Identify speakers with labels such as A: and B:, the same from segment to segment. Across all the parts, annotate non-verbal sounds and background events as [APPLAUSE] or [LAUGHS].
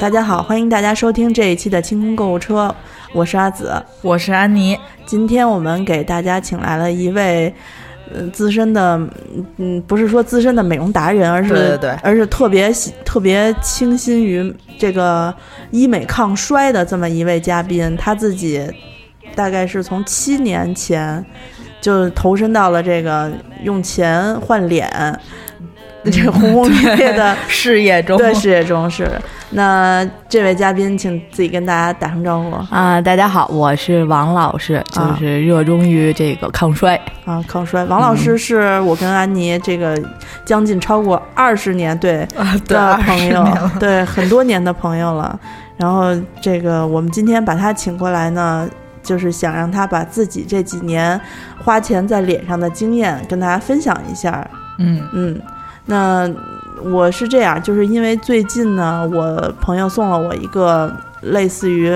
A: 大家好，欢迎大家收听这一期的清空购物车，我是阿紫。
B: 我是安妮，
A: 今天我们给大家请来了一位，呃，资深的，嗯，不是说资深的美容达人，而是
B: 对对对
A: 而是特别喜特别倾心于这个医美抗衰的这么一位嘉宾，他自己大概是从七年前就投身到了这个用钱换脸。这个轰
B: [LAUGHS]
A: 轰烈烈的
B: 事业中
A: 对事业中是，那这位嘉宾，请自己跟大家打声招呼
C: 啊、大家好，我是王老师，就
A: 啊
C: 是热衷于这个抗衰，
A: 啊！抗衰，王老
B: 嗯
A: 师是我跟安妮这个将近超过二十年对
B: 啊，对
A: 的
B: 20
A: 朋友
B: 年了，
A: [LAUGHS] 对很多年的朋友了。然后这个我们今天把他请过来呢，就是想让他把自己这几年花钱在脸上的经验跟大家分享一下。
B: 嗯
A: 嗯，那我是这样，就是因为最近呢，我朋友送了我一个类似于，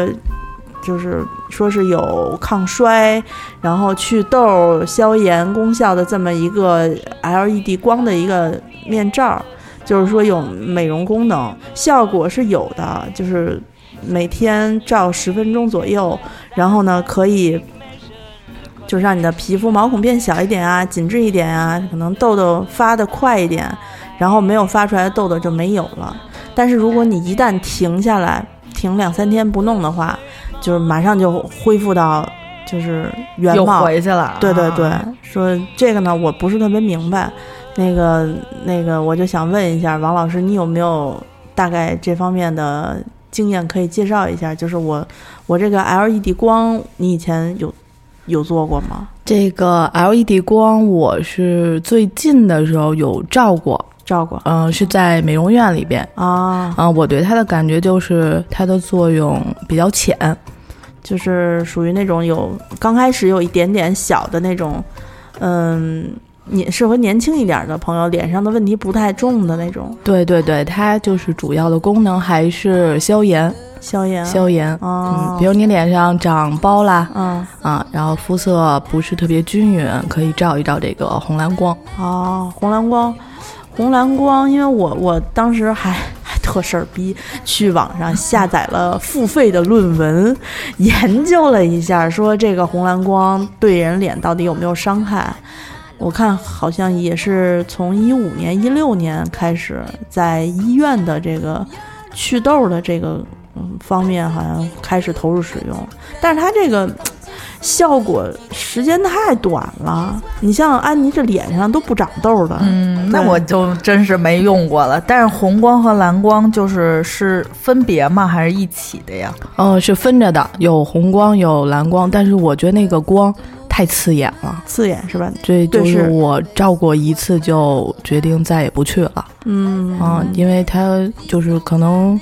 A: 就是说是有抗衰，然后祛痘、消炎功效的这么一个 LED 光的一个面罩，就是说有美容功能，效果是有的，就是每天照十分钟左右，然后呢可以就是让你的皮肤毛孔变小一点啊，紧致一点啊，可能痘痘发的快一点，然后没有发出来的痘痘就没有了。但是如果你一旦停下来，停两三天不弄的话，就是马上就恢复到就是原
B: 又
A: 貌，
B: 回去了，
A: 对对
B: 啊
A: 对，说这个呢，我不是特别明白。那个那个，我就想问一下王老师，你有没有大概这方面的经验可以介绍一下？就是我我这个 LED 光，你以前有有做过吗？
C: 这个 LED 光，我是最近的时候有照过，
A: 照过
C: 嗯、是在美容院里边，
A: 啊，
C: 嗯、我对它的感觉就是它的作用比较浅，
A: 就是属于那种有刚开始有一点点小的那种，嗯。年适合年轻一点的朋友脸上的问题不太重的那种
C: 对对对，它就是主要的功能还是消炎，
A: 消炎
C: 消炎。
A: 啊
C: 嗯，，比如你脸上长包啦，
A: 嗯
C: 啊，然后肤色不是特别均匀，可以照一照这个红蓝光。
A: 哦，红蓝光，红蓝光，因为我我当时还还特事儿逼，去网上下载了付费的论文，研究了一下，说这个红蓝光对人脸到底有没有伤害。我看好像也是从一五年、一六年开始，在医院的这个祛痘的这个嗯方面，好像开始投入使用，但是它这个效果时间太短了。你像安妮这脸上都不长痘了，
B: 嗯，那
A: 对
B: 我就真是没用过了。但是红光和蓝光就是是分别吗？还是一起的呀？
C: 嗯，是分着的，有红光有蓝光，但是我觉得那个光太刺眼了，
A: 刺眼是吧？
C: 这就
A: 对是
C: 是我照过一次就决定再也不去了。
A: 嗯
C: 嗯，因为它就是可能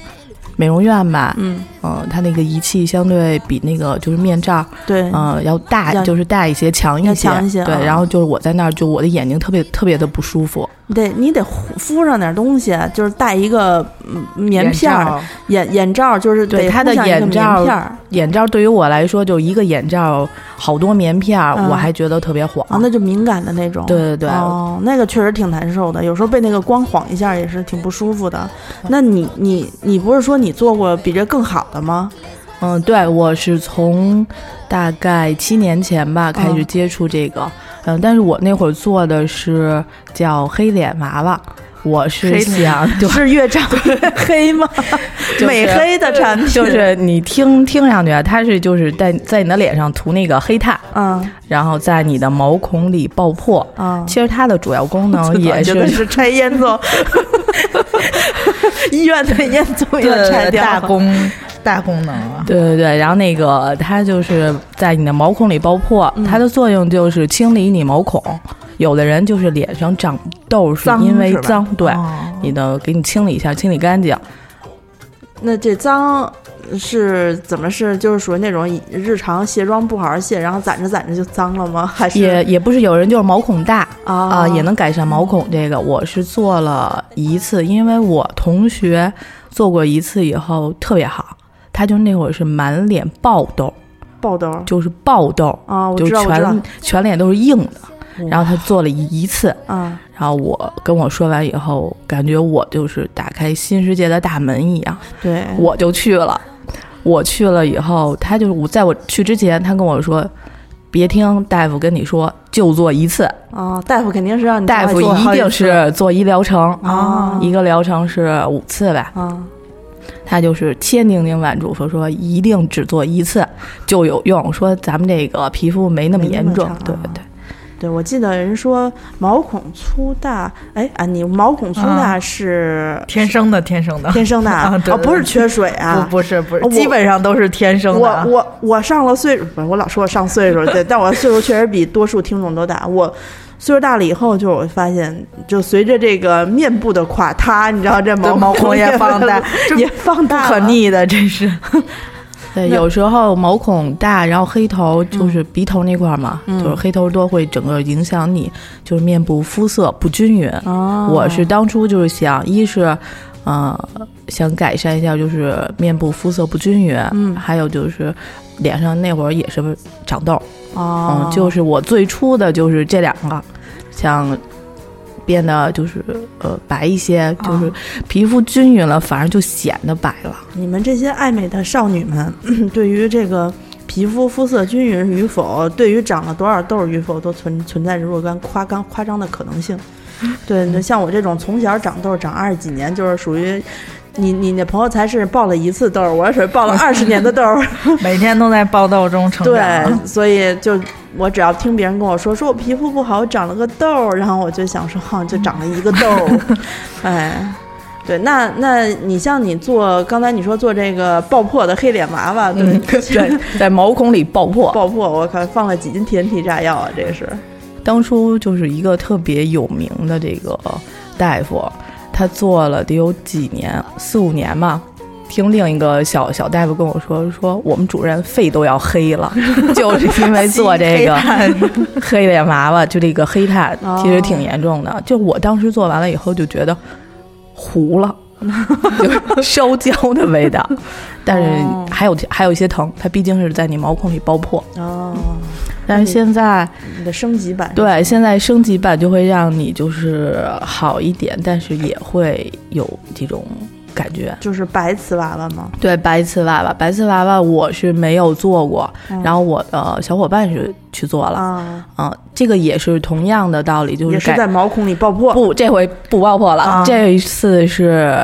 C: 美容院吧，
A: 嗯，
C: 嗯，它那个仪器相对比那个就是面罩，
A: 对，
C: 嗯，要大，
A: 要
C: 就是大一些，强
A: 要
C: 一些，
A: 强一些
C: 对，
A: 啊
C: 然后就是我在那儿，就我的眼睛特别特别的不舒服。
A: 你得你得敷上点东西，啊就是戴一个嗯棉片儿、
B: 罩
A: 眼眼罩，就是
C: 对
A: 得
C: 它的
A: 敷上一个
C: 眼罩
A: 棉片儿啊
C: 眼罩对于我来说，就一个眼罩好多棉片儿，
A: 嗯
C: 我还觉得特别晃。
A: 啊，那就敏感的那种。
C: 对对对，
A: 哦，那个确实挺难受的，有时候被那个光晃一下也是挺不舒服的。那你你你不是说你做过比这更好的吗？
C: 嗯，对，我是从大概七年前吧开始
A: 嗯
C: 接触这个，嗯，但是我那会儿做的是叫黑脸娃娃，我是
B: 黑脸
C: 想
A: [LAUGHS]
C: 对，
A: [LAUGHS] 是越长越黑吗？
C: 就是
A: 美黑的产品
C: 就是你听听上去啊，它是就是在在你的脸上涂那个黑炭，
A: 嗯
C: 然后在你的毛孔里爆破。
A: 嗯，
C: 其实它的主要功
A: [LAUGHS]
C: 能
B: 哦
C: 也
A: 觉得
C: 是。
A: 是拆 [LAUGHS] 烟囱， [LAUGHS] 医院的烟囱
B: 对
A: 也
B: 对
A: 拆
B: 对
A: 掉
B: 大
A: 了。
B: 功大功能啊！
C: 对对对，然后那个它就是在你的毛孔里爆破，
A: 嗯
C: 它的作用就是清理你毛孔。有的人就是脸上长痘是
B: 脏
C: 因为
B: 是吧
C: 脏，对，
B: 哦
C: 你的给你清理一下，清理干净。
A: 那这脏是怎么是就是属于那种日常卸妆不好好卸，然后攒着攒着就脏了吗？还是
C: 也也不是有人就是毛孔大啊、
A: 啊
C: 也能改善毛孔。这个我是做了一次，因为我同学做过一次以后特别好，他就那会儿是满脸爆痘，
A: 爆痘
C: 就是爆痘，
A: 啊？我
C: 就
A: 知道，我知道
C: 全全脸都是硬的。然后他做了一一次，
A: 啊，
C: 然后我跟我说完以后，感觉我就是打开新世界的大门一样，
A: 对，
C: 我就去了。我去了以后，他就是我在我去之前，他跟我说，别听大夫跟你说，就做一次，
A: 啊，大夫肯定是让你
C: 大夫
A: 做
C: 一
A: 好
C: 定
A: 几次
C: 是做一疗程，
A: 啊
C: 一个疗程是五次吧。
A: 啊，
C: 他就是千叮咛万嘱咐说，一定只做一次就有用。说咱们这个皮肤没那么
A: 没那
C: 严
A: 么
C: 重
A: 差，
C: 对
A: 啊
C: 对。
A: 对，我记得人说毛孔粗大，哎啊，你毛孔粗大是
B: 天生的，天生的，
A: 天生的
B: [LAUGHS] 啊对
A: 哦，
B: 对
A: 不是
B: 对
A: 缺水啊
B: 不。不是不是
A: 我，
B: 基本上都是天生的
A: 我
B: 啊。
A: 我我上了岁数，不是我老说我上岁数，对，但我岁数确实比多数听众都大。我岁数大了以后，就我发现，就随着这个面部的垮塌，你知道这
B: 对
A: 毛，
B: 毛孔也放大
A: [LAUGHS]
B: 这
A: 也放
B: 不
A: 大
B: 可
A: 了
B: 逆的，这是。
C: 对，
A: 那嗯
C: 有时候毛孔大，然后黑头就是鼻头那块儿嘛，就是黑头多会整个影响你就是面部肤色不均匀。
A: 哦
C: 我是当初就是想，一是，呃，想改善一下就是面部肤色不均匀，嗯，还有就是脸上那会儿也是长痘，
A: 哦
C: 嗯，就是我最初的就是这两个，想变得就是呃白一些，
A: 哦
C: 就是皮肤均匀了，反而就显得白了。
A: 你们这些爱美的少女们， [CLEARS THROAT] 对于这个皮肤肤色均匀与否，对于长了多少痘儿与否，都存存在着若干夸张夸张的可能性。对，那像我这种从小长痘儿长二十几年，就是属于你你那朋友才是爆了一次痘儿，我是爆了二十年的痘儿。
B: 每天都在报道中成长。啊
A: 对，所以就我只要听别人跟我说，说我皮肤不好，我长了个痘儿，然后我就想说，哈、就长了一个痘
C: [LAUGHS]
A: 儿，哎。对，那那你像你做刚才你说做这个爆破的黑脸娃娃，对不对，
C: 嗯对， [LAUGHS] 在毛孔里爆
A: [LAUGHS]
C: 破。
A: 爆破，我靠，放了几斤 TNT 炸药啊，这是
C: 当初就是一个特别有名的这个大夫，他做了得有几年，四五年吧。听另一个小小大夫跟我说，说我们主任肺都要黑了，就是因为做这
B: [LAUGHS]
C: 个
A: [LAUGHS]
C: 黑脸娃娃，就这个黑炭
A: 哦，
C: 其实挺严重的。就我当时做完了以后，就觉得糊了， [LAUGHS] 就是烧焦的味道，但
A: 哦
C: 是还有还有一些疼，它毕竟是在你毛孔里爆破。
A: 哦，
C: 但是现在。
A: 你的升级版
C: 对，现在升级版就会让你就是好一点，但是也会有这种感觉。
A: 就是白瓷娃娃吗？
C: 对，白瓷娃娃，白瓷娃娃我是没有做过，然后我的小伙伴是去做了，
A: 啊，
C: 嗯、这个也是同样的道理，就
A: 也
C: 是嗯
A: 是
C: 改
A: 在毛孔里爆破，
C: 不，这回不爆破了，
B: 啊
C: 这一次是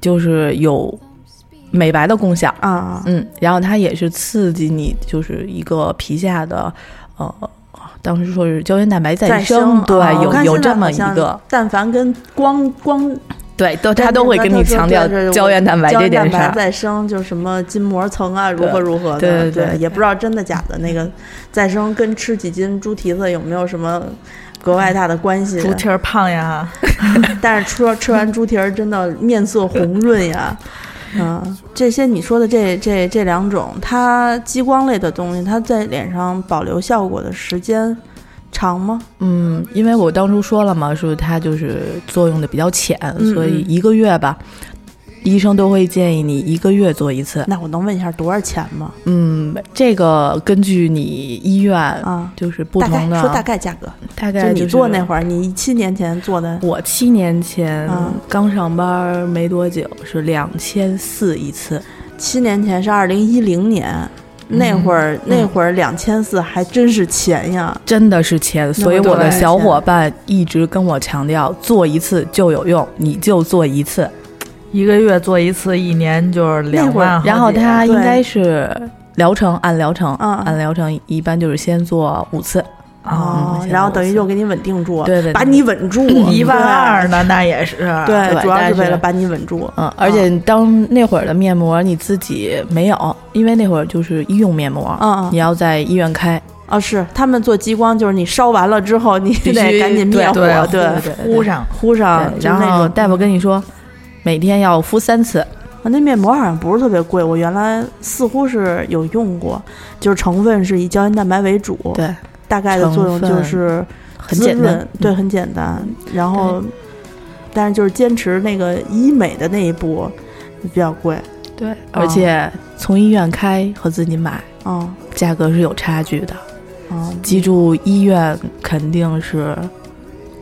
C: 就是有美白的功效，
A: 啊，
C: 嗯，然后它也是刺激你，就是一个皮下的，呃，当时说是胶原蛋白再
A: 生
C: 对，
A: 啊我看
C: 有
A: 现
C: 有
A: 在
C: 这么
A: 好
C: 一
A: 像
C: 个，
A: 但凡跟光光
C: 对，都
A: 对
C: 他都会跟你强调
A: 对对对
C: 胶原蛋白
A: 胶
C: 这
A: 原蛋
C: 件事
A: 白
C: 儿。
A: 再生，就是什么筋膜层啊，如
C: 对
A: 何如何的，
C: 对
A: 对
C: 对对
A: 也不知道真的假的。那个再生跟吃几斤猪蹄子有没有什么格外大的关
C: [LAUGHS]
A: 系？
B: 猪蹄儿胖呀，
A: 但是吃吃完猪蹄儿，真的面色红润
C: [LAUGHS]
A: 呀。嗯，这些你说的这这这两种，它激光类的东西，它在脸上保留效果的时间长吗？
C: 嗯，因为我当初说了嘛，说它就是作用的比较浅，
A: 嗯
C: 所以
A: 嗯
C: 一个月吧，医生都会建议你一个月做一次。
A: 那我能问一下多少钱吗？
C: 嗯，这个根据你医院
A: 啊
C: 就是不
A: 大概
C: 同的，
A: 说大概价格，
C: 大
A: 就
C: 概
A: 你做那
C: 儿。
A: 会儿，你七年前做的
C: 我七年前
A: 嗯
C: 刚上班没多久，是两千四一次。
A: 七年前是二零一零年，
C: 嗯
A: 那会儿、那会儿两千四还真是钱呀。
C: 真的是钱，所以
A: 么多
C: 我的
A: 呀
C: 小伙伴一直跟我强调，做一次就有用，你就做一次。
B: 一个月做一次，一年就是两万好几。啊
C: 然后他
A: 啊对
C: 应该是疗程按疗程，
A: 嗯
C: 按疗程一般就是先做五次，
A: 哦
B: 啊，
C: 嗯
A: 然后等于就给你稳定住，
C: 对对嗯对
A: 把你稳住，
B: 一万二呢，那也是。
A: 对，嗯对，
C: 对
A: 主要
C: 但
A: 是
C: 是
A: 为了把你稳住。
C: 嗯，而且当那会儿的面膜你自己没有，因为那会儿就是医用面膜，
A: 嗯嗯
C: 你要在医院开，
A: 哦，是他们做激光，就是你烧完了之后，你
C: 必
A: 得
C: 须
A: 赶紧灭火，
B: 对
A: 对，
C: 对对
B: 呼上
A: 糊上
C: 对，
A: 啊就
C: 然
A: 那
C: 后
A: 种嗯
C: 大夫跟你说，每天要敷三次，
A: 啊那面膜好像不是特别贵，我原来似乎是有用过，就是成分是以胶原蛋白为主，
C: 对，
A: 大概的作用
C: 成
A: 就
C: 分
A: 是
C: 很简
A: 滋
C: 单嗯
A: 润，对，很简单。然后，但是就是坚持那个医美的那一步比较贵，
B: 啊
C: 对，而且从医院开和自己买
A: 嗯，
C: 价格是有差距的。
B: 嗯
A: 哦、哦，
C: 记住医院肯定是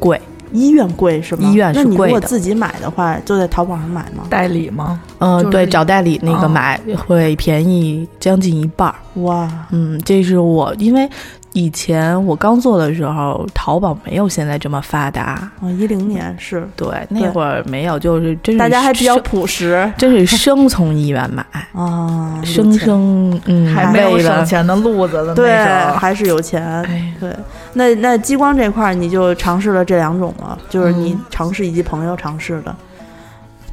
C: 贵，
A: 医院贵是吗？
C: 医院是
A: 那你如
C: 贵
A: 果
C: 的
A: 自己买的话，就在淘宝上买吗？
B: 代理吗？
C: 嗯、
B: 就是
C: 对，找代理那
B: 哦
C: 个买会便宜将近一半儿。
A: 哇，
C: 嗯，这是我因为以前我刚做的时候，淘宝没有现在这么发达。
A: 哦，一零年是，
C: 对，那会儿没有，就是真是
A: 大家还比较
C: 生
A: 朴实
C: 真是生从医院
B: [LAUGHS]
C: 买，
A: 啊，
C: 嗯生生嗯，
B: 还没有
C: 为
B: 省
C: 了
B: 钱的路子了，
A: 对，啊
B: 那时候
A: 还是有钱。
C: 哎，
A: 对，那那激光这块儿你就尝试了这两种了，就是你
C: 嗯
A: 尝试以及朋友尝试的，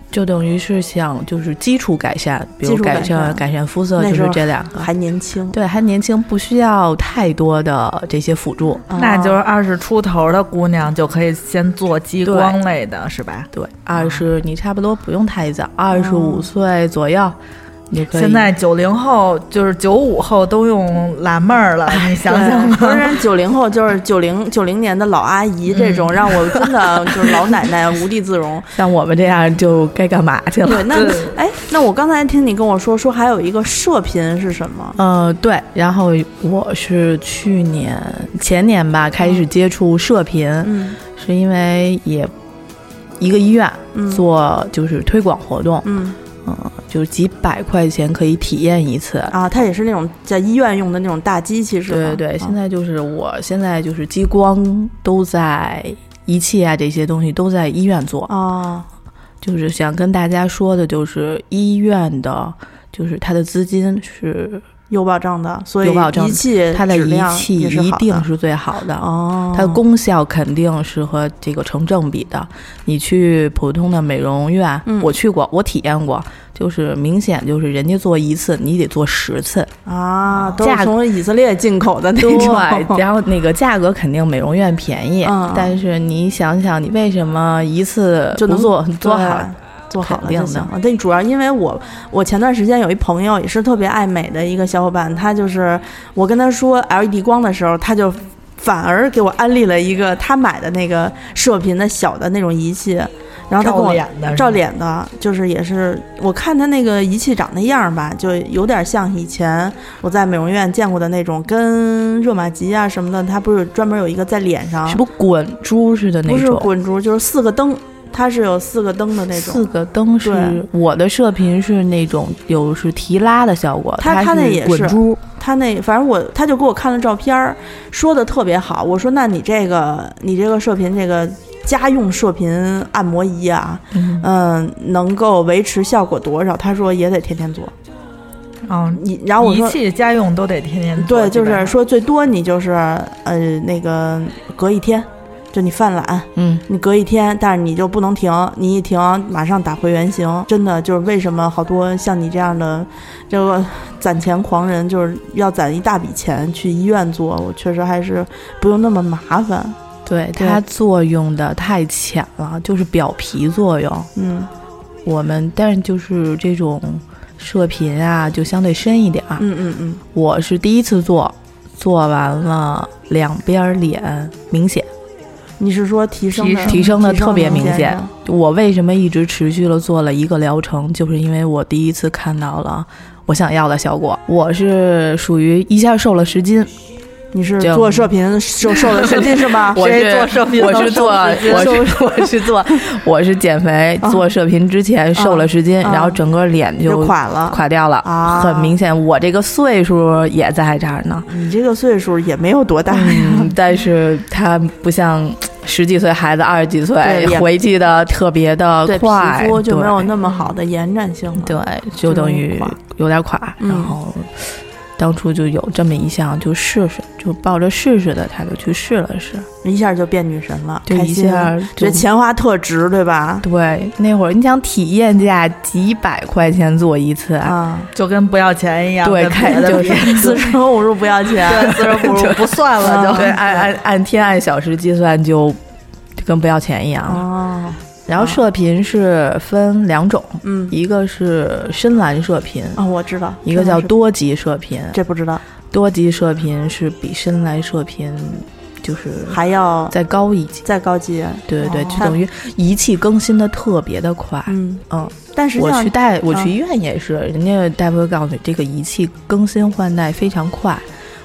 C: 就等于是想就是基础改善，比如
A: 基础改
C: 改善
A: 善
C: 改善肤色，
A: 那
C: 就
A: 时
C: 是
A: 候
C: 这两个。
A: 还年轻，
C: 对，还年轻，不需要太多的这些辅助。
B: 那就是
A: 啊
B: 二十出头的姑娘就可以先做激光类的，是吧？
C: 对，二十你差不多不用太早，二十五岁左右，你可以
B: 现在九零后就是九五后都用蓝妹儿
A: [LAUGHS]
B: 了，你想想
A: 对，
B: 吧。
A: 不是九零后，就是九零九零年的老阿姨这
C: 嗯
A: 种，让我真的就是老奶奶无地自
C: [LAUGHS]
A: 容。
C: 像我们这样就该干嘛去了
A: 对，？那哎，那我刚才听你跟我说说还有一个射频是什么？
C: 呃，对，然后我是去年前年吧开始接触射频，
A: 嗯
C: 是因为也一个医院
A: 嗯
C: 做就是推广活动，
A: 嗯
C: 嗯、就是几百块钱可以体验一次。
A: 啊，它也是那种在医院用的那种大机器是
C: 对
A: 吗？
C: 对对，
A: 啊
C: 现在就是我现在就是激光都在仪器啊这些东西都在医院做，
A: 啊，
C: 就是想跟大家说的就是医院的，就是它的资金是
A: 有保障的，所以
C: 有保障的
A: 仪器
C: 它的
A: 质
C: 仪
A: 量
C: 器
A: 也是
C: 一
A: 好的
C: 定是最好的，
A: 哦，
C: 它的功效肯定是和这个成正比的。你去普通的美容院，
A: 嗯
C: 我去过，我体验过，就是明显就是人家做一次，你得做十次，
A: 啊，都
C: 价
A: 是从以色列进口的那 [LAUGHS] 种，
C: 然后那个价格肯定美容院便宜，
A: 嗯
C: 但是你想想，你为什么一次
A: 就
C: 不
A: 能
C: 做
A: 做
C: 做
A: 好
C: 好？
A: 做好了
C: 肯定
A: 就
C: 的
A: 行了。但主要因为我，我前段时间有一朋友也是特别爱美的一个小伙伴，他就是我跟他说 LED 光的时候，他就。反而给我安利了一个他买的那个射频的小的那种仪器，然后他跟
B: 照
A: 我
B: 脸的是吧
A: 照脸的，就是也是我看他那个仪器长那样儿吧，就有点像以前我在美容院见过的那种，跟热玛吉啊什么的，它不是专门有一个在脸上
C: 是，不是滚珠似的
A: 不
C: 那
A: 是
C: 种？
A: 滚珠，就是四个灯，它是有四个灯的那
C: 四
A: 种。
C: 个灯是
A: 对
C: 我的射频是那种有是提拉的效果，
A: 它它
C: 是
A: 那也是
C: 滚珠，
A: 他那反正我他就给我看了照片儿，说的特别好。我说那你这个你这个射频这个家用射频按摩仪啊，
C: 嗯
A: 嗯，能够维持效果多少？他说也得天天做。
B: 嗯，
A: 你然后我
B: 仪
A: 说
B: 器家用都得天天做
A: 对，就
B: 基本
A: 是
B: 上
A: 说最多你就是呃那个隔一天，就你犯懒，
C: 嗯，
A: 你隔一天，但是你就不能停，你一停马上打回原形。真的就是为什么好多像你这样的这个攒钱狂人，就是要攒一大笔钱去医院做，我确实还是不用那么麻烦。
C: 对，
A: 对
C: 它作用的太浅了，就是表皮作用。
A: 嗯
C: 我们但是就是这种射频啊，就相对深一点儿。
A: 嗯嗯嗯，
C: 我是第一次做，做完了两边儿脸明显。
A: 你是说提升的
C: 提升的特别明显
A: 吗
C: 我为什么一直持续了做了一个疗程，就是因为我第一次看到了我想要的效果。我是属于一下瘦了十斤，
A: 你是
C: 这样
A: 做射频瘦瘦
C: [LAUGHS]
A: 的神经是吧？
C: 我
B: 谁
C: 是
B: 做射频
C: 我
B: 都
C: 是
B: 瘦
C: 做
B: 十斤
C: 我
B: 哦
C: 是 [LAUGHS] 我是做我是减肥
A: 啊
C: 做射频之前瘦了十斤，
A: 啊
C: 然后整个脸
A: 就
C: 就
A: 垮了。
C: 垮掉了，
A: 啊
C: 很明显。我这个岁数也在这儿呢，
A: 你这个岁数也没有多大，
C: 嗯，但是它不像十几岁孩子、二十几
A: 对
C: 岁
A: 也
C: 回去的特别
A: [LAUGHS]
C: 的
A: 对
C: 快，
A: 皮肤就
C: 对
A: 没有那么好的延展性了。
C: 对，就等于有点垮，
A: 嗯
C: 然后。当初就有这么一项，就试试，就抱着试试的态度去试了试，
A: 一下就变女神了，
C: 就
A: 开
C: 一
A: 心
C: 下
A: 觉
C: 就
A: 得钱花特值，对吧？
C: 对，那会儿你想体验价几百块钱做一次，
A: 啊， [LAUGHS]
B: 就跟不要钱一样，
C: 对
B: 跟
C: 看
B: 别的
C: 就
B: 比
C: 是
A: 四 [LAUGHS] 舍五入不要钱，
B: 对四舍五
A: [LAUGHS]
B: 入不算了就哎
A: 啊。
C: 对，按按按天按小时计算就就跟不要钱一样。
A: 哦，
C: 然后射频是分两种，
A: 嗯，
C: 一个是深蓝射频，
A: 啊，我知道，
C: 一个叫
A: 多，
C: 多级射频。
A: 这不知道，
C: 多级射频是比深蓝射频就是
A: 还要
C: 再高一级。
A: 再高级，
C: 对对对，
A: 哦
C: 就等于仪器更新的特别的快。
A: 嗯
C: 嗯，
A: 但实际
C: 我
A: 上
C: 去带我
A: 嗯
C: 去医院也是，人家大夫会告诉你，这个仪器更新换代非常快。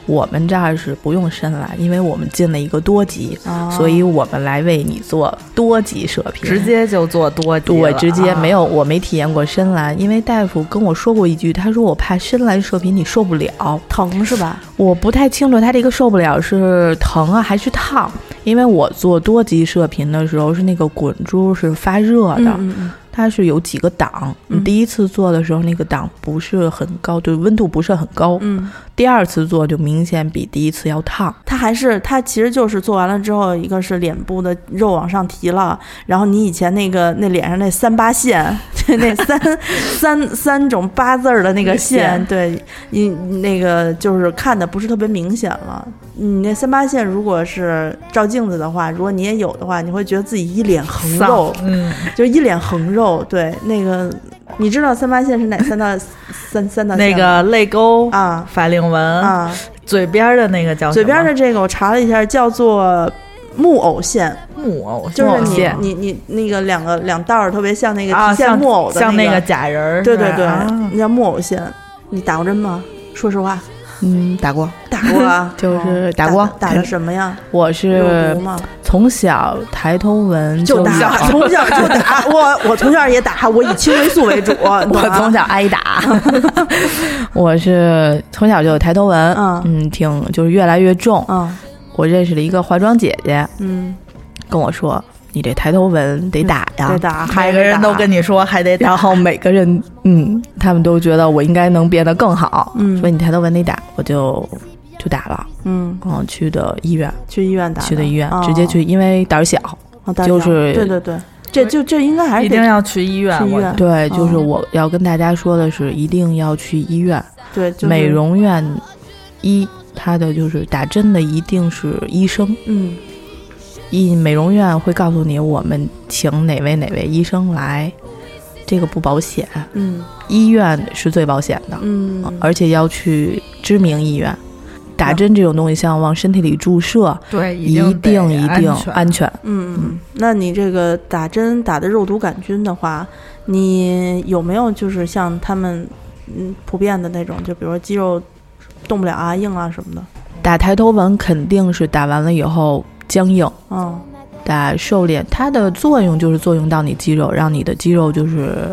C: 我们这儿是不用深蓝，因为我们进了一个多级，
A: 哦
C: 所以我们来为你做多级射频。
B: 直接就做多级
C: 对
B: 了，
C: 直接
B: 啊
C: 没有，我没体验过深蓝，因为大夫跟我说过一句，他说我怕深蓝射频你受不了，
A: 疼是吧？
C: 我不太清楚他这个受不了是疼啊还是烫，因为我做多级射频的时候是那个滚珠是发热的，
A: 嗯
C: 它是有几个档。
A: 嗯
C: 你第一次做的时候那个档不是很高，就温度不是很高，
A: 嗯，
C: 第二次做就明显比第一次要烫。
A: 它还是它其实就是做完了之后，一个是脸部的肉往上提了，然后你以前那个那脸上那三八线， [LAUGHS] 那三三三种八字儿的那个线，
C: 线
A: 对你那个就是看的不是特别明显了。你那三八线如果是照镜子的话，如果你也有的话，你会觉得自己一脸横
B: 丧
A: 肉，
B: 嗯，
A: 就一脸横肉。对，那个你知道三八线是哪三道三三道线
B: 那个泪沟
A: 吗啊
B: 法令纹，
A: 啊，
B: 嘴边儿的那个叫
C: 啊
A: 嘴边
B: 什么
A: 的这个我查了一下，叫做木偶线，
B: 木偶，
A: 就是
B: 木偶
A: 你
B: 线
A: 你你那个两个两道儿特别像那个
B: 啊，
A: 提线
B: 像
A: 木偶的
B: 像
A: 那
B: 个假人儿，
A: 对
B: 是吧
A: 对对，
B: 啊
A: 那叫木偶线。你打过针吗？说实话，
C: 嗯，打过，，
A: 打过啊
B: [LAUGHS]
C: 就是
A: 打
C: 打过
A: 的打的什么
C: [LAUGHS]
A: 呀？
C: 我
A: 肉
C: 是
A: 毒
C: [LAUGHS]
A: 吗？
C: 从小抬头纹
A: 就
C: 有
A: 打，从小就
C: [LAUGHS]
A: 打。我我从小也打，我以青霉素为主。我
C: 我从小挨打， [LAUGHS] 我是从小就有抬头纹，
A: 嗯
C: 嗯，挺就是越来越重。
A: 嗯
C: 我认识了一个化妆姐姐，
A: 嗯，
C: 跟我说：“你这抬头纹得打呀。
A: 得打，
B: 每个人都跟你说还得
C: [LAUGHS]
B: 打
C: 然后每个人，嗯，他们都觉得我应该能变得更好，
A: 嗯
C: 所以你抬头纹得打，我就就打了，
A: 嗯
C: 嗯，去的医院，
A: 去医院打，
C: 去的医院，
A: 哦
C: 直接去，因为胆儿小，
A: 哦大家
C: 就是
A: 对对对，这就这应该还是
B: 一
A: 得
B: 定要去医院，
A: 去医
B: 我
A: 院，
C: 对，就是
A: 哦
C: 我要跟大家说的是，一定要去医院，
A: 对，就是
C: 美，容院一，它的就是打针的一定是医生，
A: 嗯
C: 医美容院会告诉你我们请哪位哪位医生来，这个不保险，
A: 嗯
C: 医院是最保险的，
A: 嗯，
C: 而且要去知名医院。打针这种东西，像往身体里注射，
B: 对，
C: 一
B: 定一
C: 定一定
B: 安
C: 安全。
A: 嗯，嗯，那你这个打针打的肉毒杆菌的话，你有没有就是像他们嗯普遍的那种，就比如说肌肉动不了啊、硬啊什么的？
C: 打抬头纹肯定是打完了以后僵硬，
A: 嗯
C: 打瘦脸，它的作用就是作用到你肌肉，让你的肌肉就是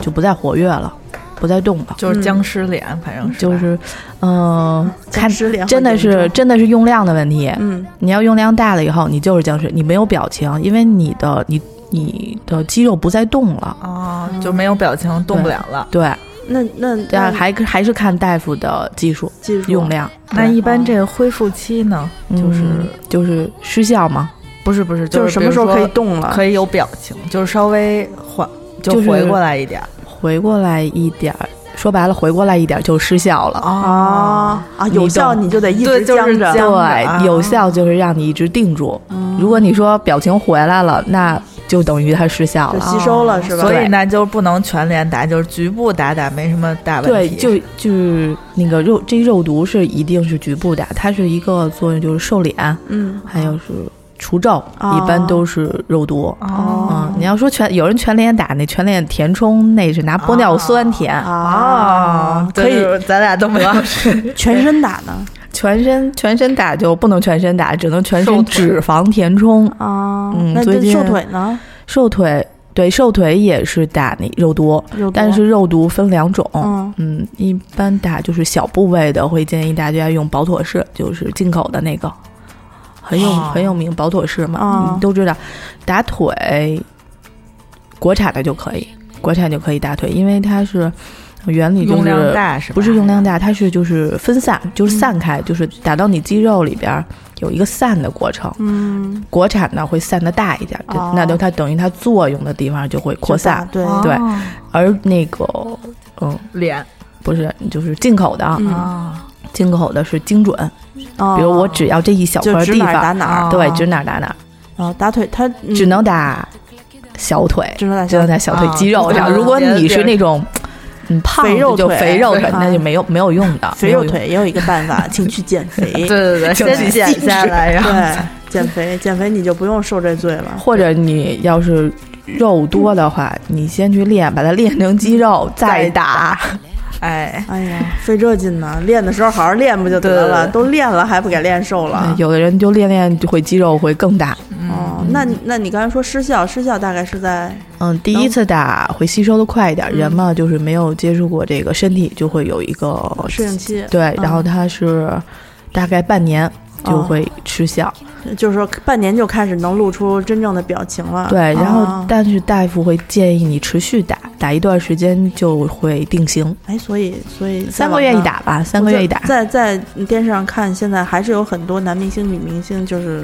C: 就不再活跃了，不再动了。
B: 就是僵尸脸，反正
C: 就
B: 吧
C: 是，嗯、看
A: 僵尸脸和
C: 真的
A: 炎
C: 是
A: 症
C: 真的是用量的问题。
A: 嗯
C: 你要用量大了以后，你就是僵尸，你没有表情，因为你的你你的肌肉不再动了。
B: 哦，就没有表情，动不了了。
C: 对，
A: 那那
C: 对啊，
A: 那
C: 还还是看大夫的技术
A: 技术
C: 用量，
B: 那
A: 对
B: 一般这个恢复期呢，就是
C: 嗯就是失效嘛，
B: 不是不是，
A: 就是
B: 是
A: 什么
B: 比
A: 时
B: 如
A: 候可以
B: 说
A: 动了？
B: 可以有表情，就是稍微缓，就
C: 就是
B: 回过来一点儿
C: 回过来一点儿，说白了，回过来一点儿就失效了。
A: 啊啊，有
C: 嗯你
A: 效
C: 懂
A: 你就得一直
B: 对就
A: 僵
B: 是
A: 着。
B: 僵啊嗯
C: 对，有效就是让你一直定住。如果你说表情回来了，那就等于它失效
A: 就
C: 了。
A: 吸收了是吧？
B: 所以那就不能全脸打，就是局部打打没什么大问
C: 对，
B: 题。
C: 就就是那个肉，这肉毒是一定是局部的，它是一个作用就是瘦脸，
B: 啊
A: 嗯
C: 还有是除皱，
A: 哦
C: 一般都是肉毒。
B: 哦
C: 嗯，你要说全有人全脸打那全脸填充，那是拿玻尿酸填，
B: 哦
A: 啊，
B: 可以，哦就是咱俩都没有
A: 全身打呢
C: 全身全身打就不能全身打，只能全
B: 瘦
C: 身
B: 腿
C: 脂肪填充。
A: 啊
C: 嗯，
A: 那
C: 最
A: 这
C: 近
A: 瘦腿呢？
C: 瘦腿对瘦腿也是打那肉毒，
A: 肉毒啊
C: 但是肉毒分两种。
A: 嗯
C: 嗯，一般打就是小部位的，会建议大家用保妥适，就是进口的那个，很有、
B: 哦
C: 很有名，保妥适嘛，
A: 哦
B: 啊
C: 你都知道。打腿，国产的就可以，国产就可以打腿，因为它是原理就
B: 用量
C: 是
B: 大是吧？
C: 不是用量大，它是就是分散，就是散开，就是打到你肌肉里边儿有一个散的过程。
A: 嗯，
C: 国产呢会散的大一点，这
A: 哦
C: 那就它等于它作用的地方就会扩
A: 就打
C: 散，
A: 对
B: 哦
C: 对而那个嗯
B: 脸
C: 不是就是进口的啊，
A: 嗯
B: 啊，
C: 进口的是精准，
A: 哦
C: 比如我只要这一小
A: 就
C: 块
A: 指
C: 地
A: 哪儿打
C: 方，
A: 哪儿，
B: 啊
C: 对，指哪儿打哪儿，
A: 然后打腿，他嗯
C: 只能打小腿，
A: 只能打
C: 只能打小腿
B: 啊
C: 肌肉
B: 啊
C: 上。如果你
B: 别
C: 是
B: 的地
C: 那种嗯胖
A: 肥肉
C: 就
A: 腿
C: 肥肉腿，
A: 啊
C: 那就没有没有用的，
A: 肥
C: 没有
A: 肉
C: 用。
A: 腿也有一个办
C: [LAUGHS]
A: 法，请去减肥
B: 对。对对，
C: 就
B: 先
C: 是
B: 减下来，然后
A: 对，减肥减肥你就不用受这罪了。
C: 或者你要是肉多的话，你先去练，把它练成肌肉，再打。
B: 哎，
A: 哎呀，费这劲呢！练的时候好好练不就得了？
C: 对哎
A: 都练了还不给练瘦了？
C: 有的人就练练就会肌肉会更大。
A: 哦，那你那你刚才说失效，失效大概是在
C: 嗯，第一次打会吸收的快一点，人
A: 嗯
C: 嘛就是没有接触过这个，身体就会有一个
A: 适应期，
C: 对，
A: 嗯
C: 然后它是大概半年就会失效，
A: 就是说半年就开始能露出真正的表情了。
C: 对，然后
A: 啊
C: 但是大夫会建议你持续打，打一段时间就会定型，
A: 哎，所以所以
C: 三个月一，打吧，三个月一打，
A: 在在电视上看，现在还是有很多男明星、女明星就是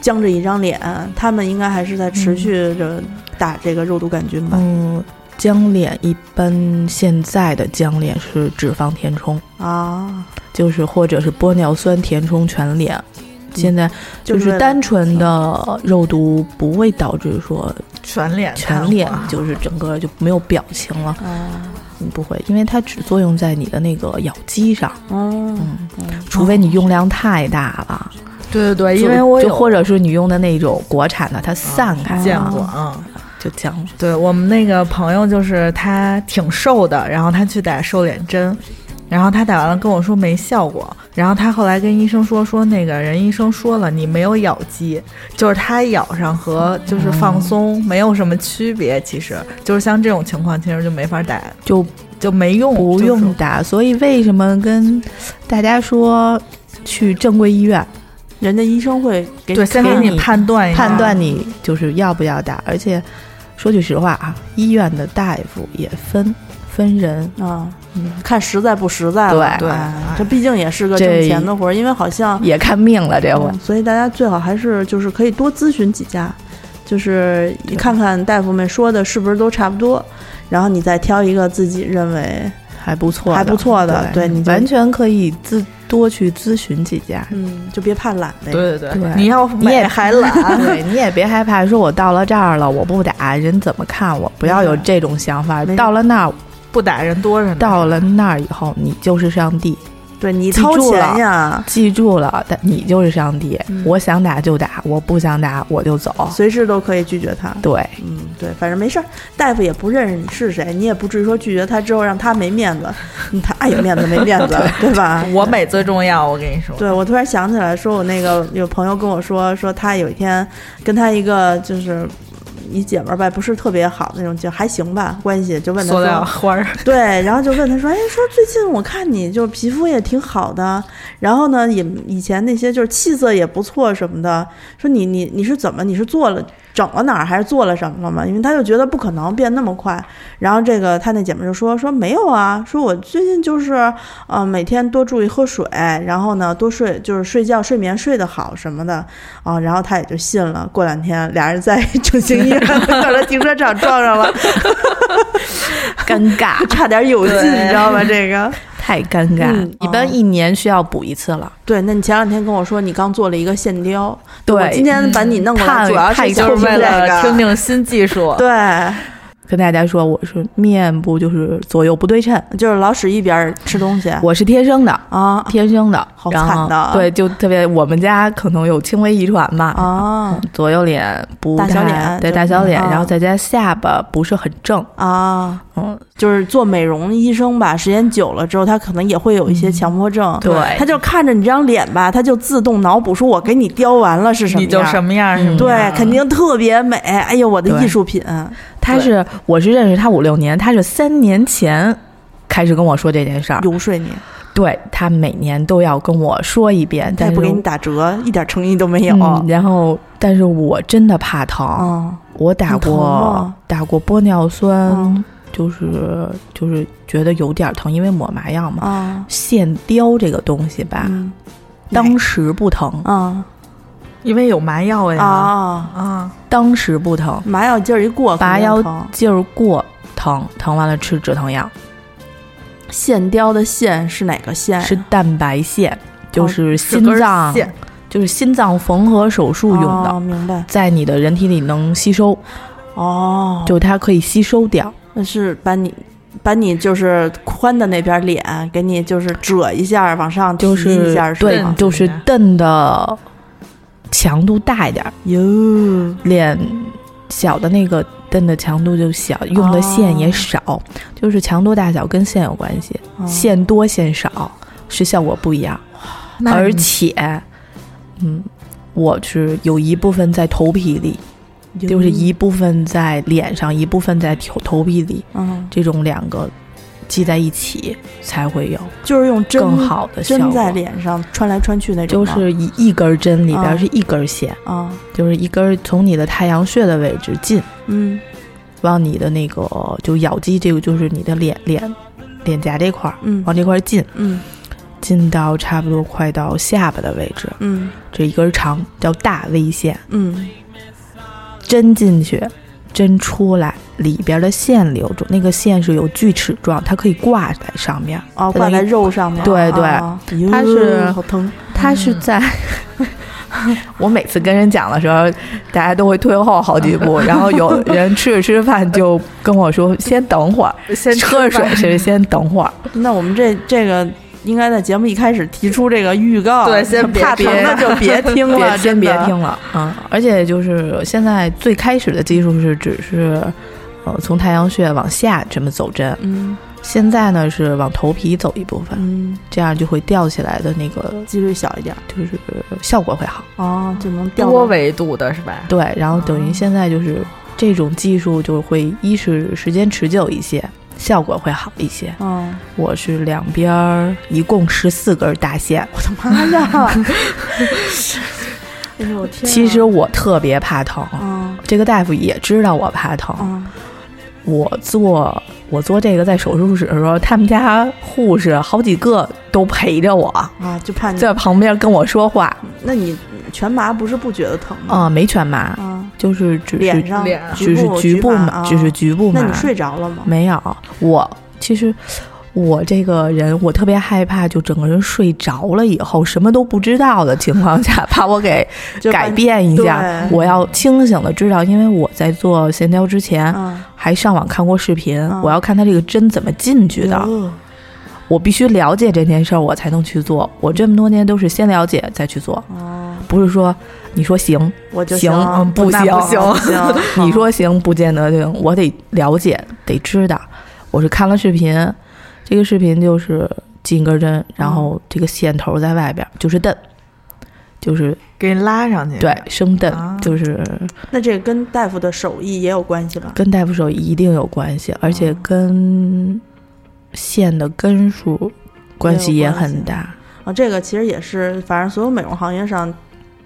A: 僵着一张脸，他们应该还是在持续着打这个肉毒杆菌吧？
C: 嗯。浆脸一般现在的浆脸是脂肪填充，
A: 啊，
C: 就是或者是玻尿酸填充全脸。
A: 嗯
C: 现在就
A: 就是为
C: 是
A: 了
C: 单纯
B: 嗯
C: 的肉毒不会导致说
B: 全脸
C: 全脸就是整个就没有表情了，
A: 啊，
C: 你不会，因为它只作用在你的那个咬肌上，
B: 哦
A: 嗯，
C: 嗯，除非你用量太大了，
B: 对对对，
C: 就
B: 呃因为我
C: 就
B: 有哦
C: 或者是你用的那种国产的，它散开了
B: 见过啊。
C: 就僵了。
B: 对我们那个朋友，就是他挺瘦的，然后他去打瘦脸针，然后他打完了跟我说没效果，然后他后来跟医生说说那个人医生说了你没有咬肌，就是他咬上和就是放松没有什么区别，其实就是像这种情况其实就没法打，
C: 就
B: 就没用，
C: 不
B: 哦就是
C: 用打，所以为什么跟大家说去正规医院
A: 人家医生会给
B: 对先给
C: 看
B: 你
C: 你
B: 判断一下
C: 判断你就是要不要打？而且说句实话啊，医院的大夫也分分人，
A: 啊，看实在不实在了。
B: 对
A: 哎这毕竟也是个挣
C: 这
A: 钱的活儿，因为好像
C: [LAUGHS] 也看命了这回。
A: 嗯所以大家最好还是就是可以多咨询几家，就是你看看大夫们说的是不是都差不多，然后你再挑一个自己认为
C: 还不错的，
A: 还不错的，对
C: 对
A: 你就
C: 完全可以自多去咨询几家。
A: 嗯就别怕懒呗。
B: 对
C: 对
B: 对你要
C: 你也
B: 美还懒，
C: [LAUGHS] 对，你也别害怕，说我到了这儿了，我不打人怎么看我？不要有嗯这种想 [LAUGHS] 法。
A: 没错
C: 到了那儿，
B: 不打人多着呢，
C: 到了那儿以后，你就是上帝。
A: 对你
C: 记
A: 掏
C: 住
A: 钱
C: 了
A: 呀，
C: 记住了，但你就是上帝。
A: 嗯
C: 我想打就打，我不想打我就走。
A: 随时都可以拒绝他。
C: 对，
A: 嗯，对，反正没事儿，大夫也不认识你是谁，你也不至于说拒绝他之后让他没面子，嗯他爱有面子没面子，对吧？
B: 我美最重要，我跟你说，
A: 对，我突然想起来，说我那个有朋友跟我说，说他有一天跟他一个就是一姐们儿吧，不是特别好那种，就还行吧，关系就问他
B: 塑
A: 说，
B: 料花儿，
A: 对，然后就问他说，哎，说最近我看你就皮肤也挺好的，然后呢，也以前那些就是气色也不错什么的，说你你你是怎么，你是做了整了哪儿，还是做了什么了吗？因为他就觉得不可能变那么快。然后这个他那姐妹就说说没有啊，说我最近就是呃每天多注意喝水，然后呢多睡，就是睡觉睡眠睡得好什么的啊、然后他也就信了。过两天俩人在 [LAUGHS] 整形医院的停车场撞上了，
C: 尴 [LAUGHS] 尬，
A: [LAUGHS] 差点有劲，
B: 对
A: 你知道吗？这
C: [LAUGHS]
A: 个。
C: 太尴尬。
A: 嗯
C: 一般一年需要补一次了。
A: 对，那你前两天跟我说你刚做了一个线雕，
C: 对
A: 我今天把你弄过来，
C: 太
A: 主要是
C: 太
A: 想
B: 就是
A: 听
B: 为
A: 这个
B: 了听听新技术。
A: [LAUGHS] 对，
C: 跟大家说，我是面部就是左右不对称，
A: 就是老使一边儿吃东西
C: 我是天生的。
A: 啊
C: 天生的，
A: 好
C: 然
A: 惨
C: 后
A: 的
C: 对，就特别我们家可能有轻微遗传吧，
A: 啊
C: 左右脸不
A: 大小
C: 太
A: 脸
C: 对
A: 就
C: 大小脸，
A: 嗯
C: 然后再加下巴不是很正，
A: 啊！
C: 嗯，
A: 就是做美容医生吧，时间久了之后，他可能也会有一些强迫症。
C: 嗯对
A: 他就看着你这张脸吧，他就自动脑补说：“我给你雕完了是什么
B: 你
A: 样？”
B: 就什么样儿什么
C: 嗯
B: 样儿，
A: 对，肯定特别美。哎呦，我的
C: 对
A: 艺术品！啊
C: 他是我是认识他五六年，他是三年前开始跟我说这件事儿，
A: 游说你，
C: 对他每年都要跟我说一遍，
A: 他也
C: 但是
A: 不给你打折，一点诚意都没有。
C: 嗯，然后但是我真的怕疼，
A: 嗯
C: 我打
A: 你疼
C: 过
A: 吗
C: 打过玻尿酸，
A: 嗯
C: 就是就是觉得有点疼，因为抹麻药嘛。
A: 啊
C: 线雕这个东西吧，
A: 嗯
C: 当时不疼，
A: 啊
B: 因为有麻药呀
A: 啊！
B: 啊，
C: 当时不疼，
A: 麻药劲儿一过，
C: 麻
A: 肯定
C: 药
A: 疼
C: 劲儿过疼，疼完了吃止疼药，
A: 线雕的线是哪个线？
C: 吃蛋白线，就
A: 哎哦
C: 是
B: 是
C: 心
B: 根儿
C: 脏，
B: 线
C: 就是心脏缝合手术用的，
A: 哦，明白
C: 在你的人体里能吸收，
A: 哦，
C: 就它可以吸收掉。
A: 那是把你把你就是宽的那边脸给你就是褶一下，往上提
C: 就是
A: 一下，
C: 对
A: 是嗯吗，
C: 就是蹬的强度大一点儿，
A: 哟，
C: 脸小的那个蹬的强度就小，用的线也少，就是强度大小跟线有关系，
A: 哦
C: 线多线少是效果不一样。
B: 那
C: 而
B: 你
C: 且，嗯，我是有一部分在头皮里，就是一部分在脸上，一部分在头头皮里，
A: 嗯，
C: 这种两个系在一起才会有
A: 就是用针
C: 更好的效
A: 针
C: 果。
A: 在脸上穿来穿去那种
C: 就
A: 吗，
C: 是一一根针里边
A: 嗯
C: 是一根线，
A: 啊，
C: 就是一根从你的太阳穴的位置进
A: 嗯
C: 往你的那个就咬肌，这个就是你的脸脸脸颊这块儿，
A: 嗯
C: 往这块儿进，
A: 嗯
C: 进到差不多快到下巴的位置，
A: 嗯
C: 这一根长叫大 V 线，
A: 嗯
C: 针进去，针出来，里边的线留住，那个线是有锯齿状，它可以挂在上面，
A: 哦，
C: 它
A: 挂
C: 等于
A: 在肉上面，
C: 对对
A: 啊
C: 它
A: 哟
C: 是
A: 好疼，
C: 它是在。嗯 [LAUGHS] 我每次跟人讲的时候，大家都会退后好几
A: [LAUGHS]
C: 步，然后有人吃着吃着饭就跟我说：“先等会儿，
B: 先吃
C: 喝水
B: 饭
C: 是先等会儿。
A: 那我们这这个应该在节目一开始提出这个预告，
B: 对先别
A: 怕疼的就别
C: [LAUGHS]
A: 听了，
C: 别先
A: 真
C: 别
A: 的
C: 听了啊、而且就是现在最开始的技术是只是，呃，从太阳穴往下这么走针，
A: 嗯
C: 现在呢是往头皮走一部分，
A: 嗯，
C: 这样就会吊起来的那个
A: 几率小一点
C: 就是效果会好。
A: 哦，就能掉
B: 多
A: 到
B: 维度的是吧？
C: 对，然后等于
B: 哦
C: 现在就是这种技术就会一是时间持久一些，效果会好一些。
A: 嗯，
C: 我是两边儿一共十四根大线，
A: 我的妈 [LAUGHS] 呀！哎呦我天啊！
C: 其实我特别怕疼。
A: 嗯
C: 这个大夫也知道我怕疼，
A: 嗯
C: 我做我做这个在手术室的时候，他们家护士好几个都陪着我，
A: 啊，就怕你。
C: 在旁边跟我说话。
A: 那你全麻不是不觉得疼吗？
C: 啊、没全麻，
A: 啊，
C: 就是只
A: 脸
C: 是
A: 上
B: 脸
C: 只是局
A: 局
C: 部
A: 麻，啊
C: 只是局部
A: 那
C: 麻。
A: 你睡着了吗？
C: 没有，我其实我这个人，我特别害怕，就整个人睡着了以后，什么都不知道的情况下， [LAUGHS] 把我给
A: 就
C: 改
A: 半
C: 变一下。
A: 对
C: 我要清醒的知道，因为我在做闲聊之前、
A: 嗯，
C: 还上网看过视频，
A: 嗯
C: 我要看他这个针怎么进去的，
A: 哟
C: 我必须了解这件事儿，我才能去做。我这么多年都是先了解再去做，
A: 哦，
C: 不是说你说行，
A: 我就
C: 行嗯不
A: 不那不
C: 行，
A: 行嗯
C: 你说行不见得行，我得了解，得知道。我是看了视频，这个视频就是进一根针，然后这个线头在外边，就是蹬，就是
B: 给你拉上去。
C: 对生蹬，
B: 啊
C: 就是
A: 那这个跟大夫的手艺也有关系吧？
C: 跟大夫手艺一定有关系，而且跟线的根数关系也很大。
A: 啊，这个其实也是，反正所有美容行业上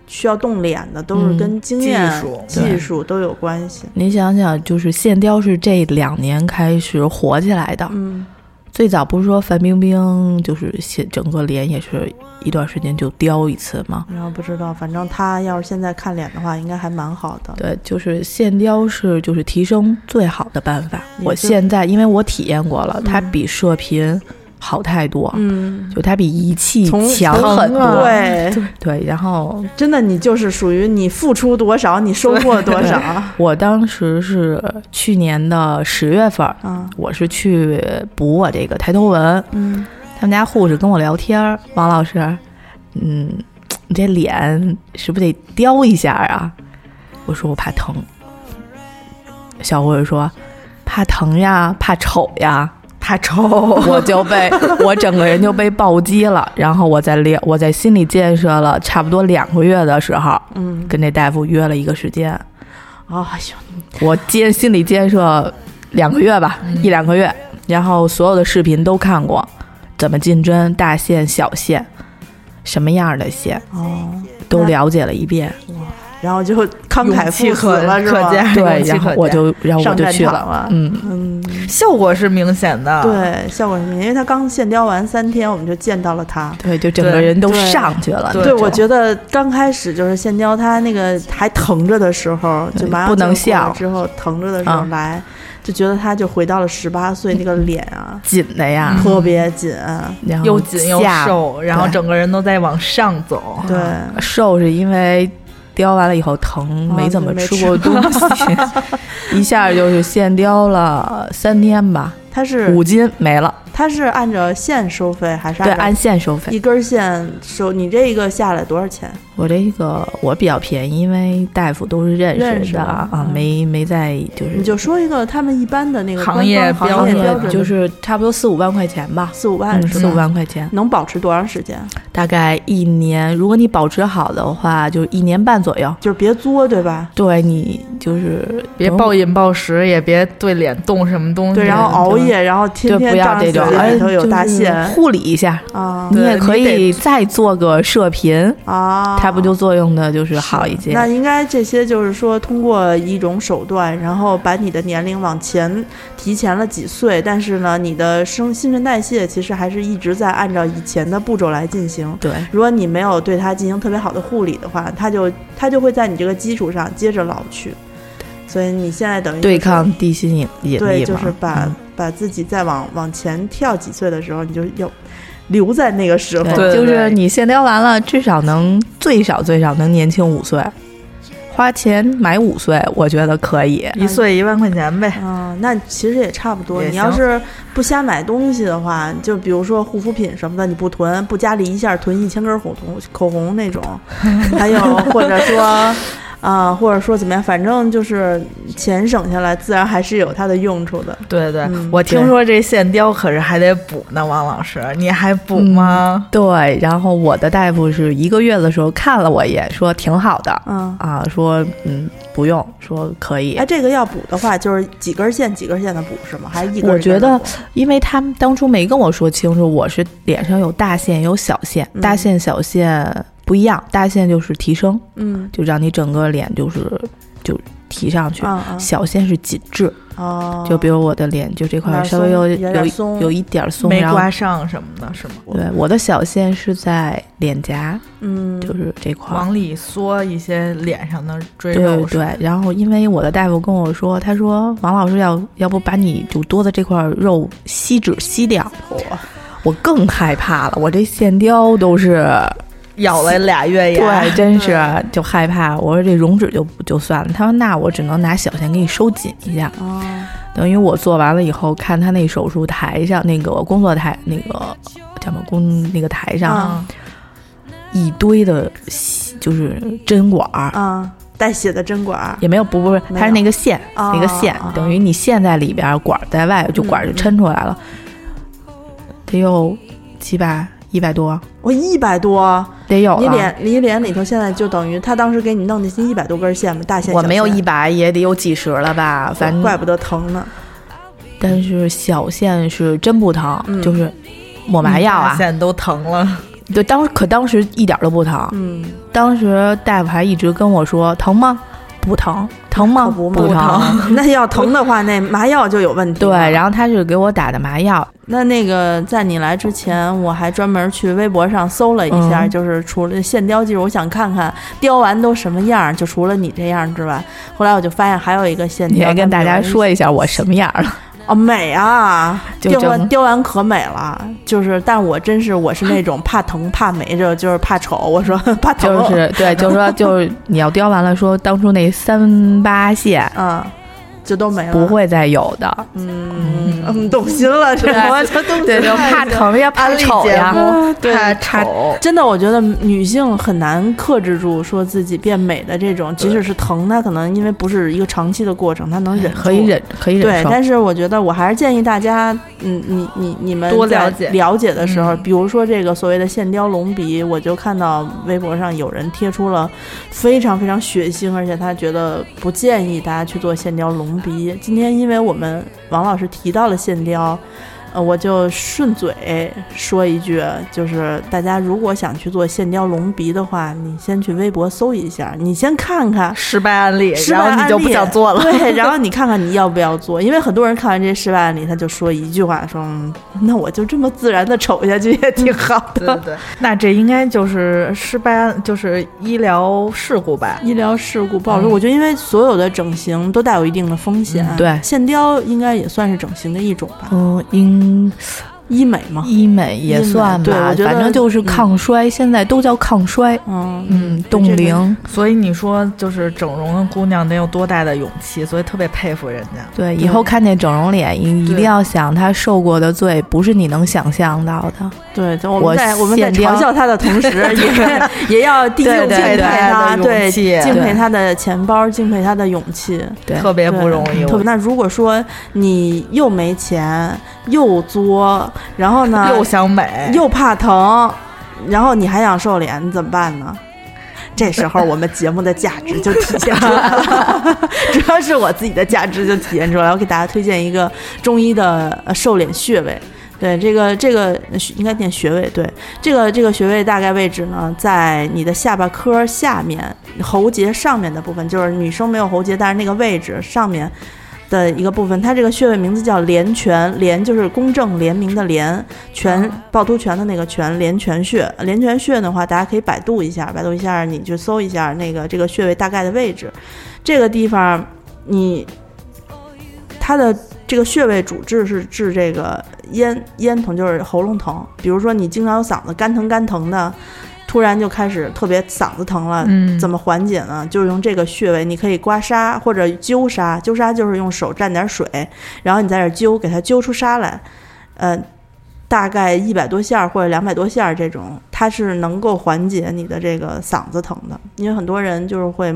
A: 需要动脸的，都是
C: 嗯
A: 跟经
B: 技
A: 验、
B: 术
A: 技
C: 对
A: 术都有关系。
C: 你想想，就是线雕是这两年开始火起来的，
A: 嗯
C: 最早不是说范冰冰就是写整个脸也是一段时间就雕一次吗？
A: 然后不知道，反正他要是现在看脸的话，应该还蛮好的。
C: 对，就是线雕是就是提升最好的办法。
A: 也
C: 我
A: 就
C: 现在因为我体验过了，它
A: 嗯
C: 比射频好太多，
A: 嗯，
C: 就它比仪器
A: 从
C: 强
A: 从
C: 很多。
B: 啊
A: 对，
C: [LAUGHS] 对，然后
A: 真的，你就是属于你付出多少，你收获多少。啊
C: 我当时是去年的十月份儿，
A: 啊，
C: 我是去补我这个抬头纹，
A: 嗯，
C: 他们家护士跟我聊天儿，王老师，嗯，你这脸是不是得雕一下啊？我说我怕疼。小护士说，怕疼呀，怕丑呀，怕丑，我就 [LAUGHS] 被我整个人就被暴击了。然后我在聊，我在心理建设了差不多两个月的时候，
A: 嗯，
C: 跟这大夫约了一个时间，
A: 哎呦，
C: 我建心理建设两个月吧，一两个月，然后所有的视频都看过，怎么进针、大线、小线，什么样的线
A: 哦，
C: 都了解了一遍。
A: 然后就慷慨
B: 勇气
A: 赴死
B: 可
A: 了，是
B: 可
A: 吧？
B: 嘉，
C: 对，
B: 勇气
C: 然后
B: 可
C: 我
B: 嘉
C: 就，然后我
A: 上
C: 就
A: 战
C: 去
A: 场
C: 了。啊
A: 了。
C: 嗯，
A: 嗯，
B: 效果是明显的。，
A: 对，效果是明显，因为他刚线雕完三天，我们就见到了他。
C: 对，就整个
B: 对
C: 人都
A: 对
C: 上去了。
B: 对
A: 对，
C: 就
A: 我觉得刚开始就是线雕，它那个还疼着的时候，就
C: 对
A: 麻药
C: 不能
A: 劲儿过了
C: 笑
A: 之后疼着的时候
C: 啊
A: 来，就觉得他就回到了十八岁那个脸啊，
C: 紧的呀，
A: 特别紧啊，
C: 然后
B: 又紧又
C: 下
B: 瘦，然后
C: 对
B: 整个人都在往上走。
C: 嗯
A: 对，
C: 瘦是因为雕完了以后疼，
A: 啊
C: 没怎么
A: 没
C: 吃
A: 吃
C: 过东西， [LAUGHS] 一下就是现雕了三天吧，
A: 他是
C: 五斤没了。
A: 它是按照线收费还是
C: 对，
A: 按
C: 按
A: 照
C: 线收费。
A: 一根线收？你这一个下来多少钱？
C: 我这个我比较便宜，因为大夫都是认
A: 认
C: 识
A: 识
C: 的
A: 的
C: 啊，
A: 嗯
C: 没没在就是
A: 你就说一个他们一般的那个
B: 行
A: 官
B: 业
A: 方
B: 标
A: 行业
B: 准
A: 标
C: 对
A: 准，
C: 就是差不多四五万块钱吧，
A: 四五万
C: 嗯，
A: 是
C: 四
A: 吧？
C: 五万块钱，
A: 能保持多长时间？
C: 大概一年，如果你保持好的话，就一年半左右。
A: 就是别作，对吧？
C: 对你就是
B: 别暴饮暴食，也别对脸动什么东西。
A: 对，然后熬夜，然后天
C: 嗯就不
A: 天
C: 要
A: 仗着自己
C: 这种，
A: 里头
C: 哎
A: 有
C: 就
A: 大
C: 是
A: 线
C: 护理一下，
A: 啊
C: 你
B: 对
C: 也可
B: 你得
C: 以再做个射频，
A: 啊，
C: 它不就作用的就是好一些。
A: 那应该这些就是说，通过一种手段，然后把你的年龄往前提前了几岁，但是呢，你的生新陈代谢其实还是一直在按照以前的步骤来进行。
C: 对，
A: 如果你没有对它进行特别好的护理的话，它就它就会在你这个基础上接着老去。所以你现在等于就是
C: 对抗地心引引
A: 对，
C: 力
A: 就
C: 嘛
A: 是把、
C: 嗯
A: 把自己再往往前跳几岁的时候，你就要留在那个时候。
B: 对
C: 就是你线雕完了，至少能最少最少能年轻五岁，花钱买五岁，我觉得可以。
B: [LAUGHS] 一岁一万块钱呗。
A: 啊、那其实也差不多。
B: 也
A: 你要
B: 行
A: 是不瞎买东西的话，就比如说护肤品什么的，你不囤，不家里一下囤一千根口红口红那种，还
B: [LAUGHS]
A: 有或者说啊、或者说怎么样，反正就是钱省下来，自然还是有它的用处的。
B: 对对，
A: 嗯
B: 我听说这线雕可是还得补呢，王老师，你还补吗？
C: 对，然后我的大夫是一个月的时候看了我一眼，说挺好的
A: 嗯，
C: 啊，说嗯不用，说可以
A: 哎，。这个要补的话，就是几根线几根线的补是吗？还是一根？
C: 我觉得，因为他们当初没跟我说清楚，我是脸上有大线有小线，
A: 嗯
C: 大线小线不一样，大线就是提升，
A: 嗯，
C: 就让你整个脸就是就提上去，
A: 啊啊
C: 小线是紧致，
A: 哦，
C: 就比如我的脸就这块
A: 哪
C: 儿
A: 儿
C: 稍微
A: 松
C: 有
A: 有点
C: 一
A: 松
C: 有一点儿松，
B: 没
C: 然后
B: 刮上什么的，是吗？
C: 对我的小线是在脸颊，
A: 嗯，
C: 就是这块儿。
B: 往里缩一些脸上的赘
C: 对
B: 肉，
C: 对，然后因为我的大夫跟我说，他说王老师要要不把你就多的这块肉吸脂吸掉，
A: 火
C: 我更害怕了，我这线雕都是，
B: 咬了俩月牙。
C: 对，真是就害怕。我说这溶脂就就算了，他说那我只能拿小线给你收紧一下，
A: 啊，
C: 等于我做完了以后，看他那手术台上那个工作台那个叫什么工那个台上、
A: 啊
B: 嗯
C: 一堆的吸就是针管儿。
A: 啊，带血的针管儿
C: 也没有，不不是，
A: 没
C: 它是
A: 有
C: 那个线，
A: 哦
C: 那个线，
A: 哦嗯
C: 等于你线在里边儿，管儿在外，就管儿就抻出来了，得有几百一百多，
A: 我一百多，
C: 得有
A: 你
C: 了
A: 脸你脸里头现在就等于他当时给你弄那些一百多根线嘛，大线
C: 我没有一
A: 百，
C: 百，嗯也得有几十了吧，反
A: 怪
C: 正
A: 不得疼呢。
C: 但是小线是真不疼，
A: 嗯
C: 就是抹麻药
B: 大
C: 啊，
B: 线都疼了，
C: 对，当时可当时一点儿都不疼，
A: 嗯，
C: 当时大夫还一直跟我说疼吗？不疼，疼吗？
A: 可不嘛
C: 不
A: 不
C: [LAUGHS]
A: 那要疼的话，那麻药就有问题
C: 对，
A: 了。
C: 然后他是给我打的麻药，
A: 那那个在你来之前，我还专门去微博上搜了一下，
C: 嗯
A: 就是除了线雕技术，我想看看雕完都什么样儿，就除了你这样儿之外，后来我就发现还有一个线
C: 你
A: 雕，
C: 也跟大家
A: 它们有一
C: 说一下我什么样
A: [LAUGHS]
C: 儿了，
A: 哦，美啊！
C: 就
A: 雕
C: 整
A: 完雕完可美了，就是，但我真是我是那种怕疼怕美，就就是怕丑。我说 [LAUGHS] 怕疼，
C: 就是对，就是说就是你要雕完了，说当初那三八线
A: 嗯，就都没了，
C: 不，会再有的，
A: 嗯嗯，动心了，这
C: 对
B: [LAUGHS]
A: 我就动心了，
C: 对，就怕疼呀，怕
B: 安利
C: 丑
B: 节
C: 呀，
B: 目
A: 对
B: 怕
C: 差
B: 丑。
A: 真的，我觉得女性很难克制住说自己变美的这种，即使是疼，她可能因为不是一个长期的过程，她能忍，
C: 可以。忍，可以忍
A: 对，
C: 受。
A: 但是我觉得我还是建议大家，嗯，你你你们
B: 多
A: 在
B: 了解
A: 了解的时候，
B: 嗯
A: 比如说这个所谓的线雕隆鼻，我就看到微博上有人贴出了非常非常血腥，而且他觉得不建议大家去做线雕隆鼻。今天因为我们王老师提到了线雕，呃，我就顺嘴说一句，就是大家如果想去做线雕隆鼻的话，你先去微博搜一下，你先看看
B: 失败案例，
A: 失败
B: 然后你就不想 [LAUGHS] 做了。
A: 对，然后你看看你要不要做，因为很多人看完这些失败案例，他就说一句话，说嗯那我就这么自然的丑下去也挺好
B: 对
A: 的。
B: 对，那这应该就是失败案，就是医疗事故吧？
A: 医疗事故不好说，我觉得因为所有的整形都带有一定的风险，
C: 对
A: 线雕应该也算是整形的一种吧。
C: 嗯，应
A: 医美嘛，
C: 医美也
A: 哦医美
C: 算
A: 对
C: 吧
A: 我，觉得
C: 反正就是
A: 嗯
C: 抗衰，现在都叫抗衰。
A: 嗯
C: 嗯，冻
A: 这个
C: 龄，
B: 所以你说就是整容的姑娘得有多大的勇气，所以特别佩服人家。
C: 对，以后看见整容脸，一一
B: 对
C: 定要想她受过的罪不是你能想象到的。
A: 对，就我
C: 我
A: 们在我们在
C: 现雕
A: 嘲笑他的同时，也也要敬
C: 对
A: 敬
C: 对
A: 佩
C: 对
A: 他，
B: 对
A: 对，
B: 勇气
A: 敬佩
C: 对
A: 他的钱包，敬佩他的勇气，
C: 对，
B: 特别
A: 对
B: 不容易，
A: 特别
B: 我
A: 那如果说你又没钱，又作，然后呢
B: 又想美，
A: 又怕疼，然后你还想瘦脸，你怎么办呢？这时候我们节目的价值就体现出来了， [LAUGHS] 主要是我自己的价值就体现出来了。我给大家推荐一个中医的呃瘦脸穴位，对这个这个应该念穴位，对这个这个穴位大概位置呢，在你的下巴颏下面喉结上面的部分，就是女生没有喉结，但是那个位置上面的一个部分，它这个穴位名字叫廉泉，廉就是公正廉明的廉，泉趵突泉的那个泉，廉泉穴。廉泉穴的话，大家可以百度一下，百度一下你就搜一下那个这个穴位大概的位置。这个地方你它的这个穴位主治是治这个咽咽疼，就是喉咙疼。比如说你经常有嗓子干疼干疼的，突然就开始特别嗓子疼了，
B: 嗯
A: 怎么缓解呢？就是用这个穴位，你可以刮痧或者揪痧，揪痧就是用手蘸点水，然后你在这儿揪，给它揪出痧来，呃，大概一百多下儿或者两百多下儿这种，它是能够缓解你的这个嗓子疼的，因为很多人就是会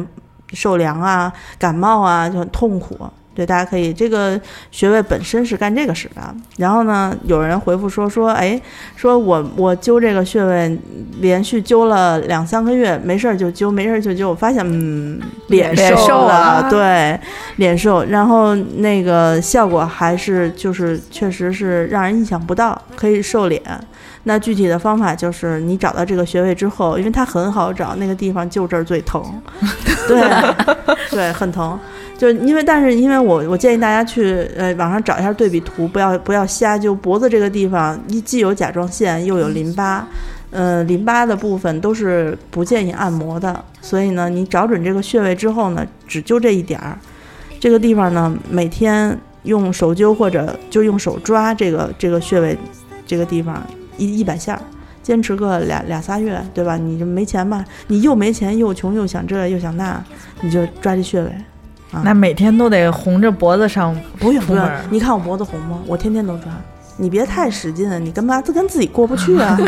A: 受凉啊、感冒啊就很痛苦。对，大家可以这个穴位本身是干这个使的。然后呢，有人回复说说，哎，说我我灸这个穴位，连续灸了两三个月，没事儿就灸，没事儿就灸，我发现嗯，脸
B: 脸
A: 瘦
B: 瘦
A: 了
B: 了
A: 对，嗯脸瘦，然后那个效果还是就是确实是让人意想不到，可以瘦脸。那具体的方法就是你找到这个穴位之后，因为它很好找，那个地方就这儿最疼，对对，很疼。就是因为，但是因为我我建议大家去呃网上找一下对比图，不要不要瞎揪。脖子这个地方，一既有甲状腺，又有淋巴，呃，淋巴的部分都是不建议按摩的。所以呢，你找准这个穴位之后呢，只揪这一点儿。这个地方呢，每天用手揪或者就用手抓这个这个穴位，这个地方一一百下儿。坚持个俩俩仨月，对吧？你就没钱吧？你又没钱，又穷，又想这又想那，你就抓这穴位。
B: 那每天都得红着脖子上
A: 不用
B: 出
A: 不
B: 门
A: 用
B: 儿，
A: 你看我脖子红吗？我天天都抓。你别太使劲，啊你干嘛自跟自己过不去啊？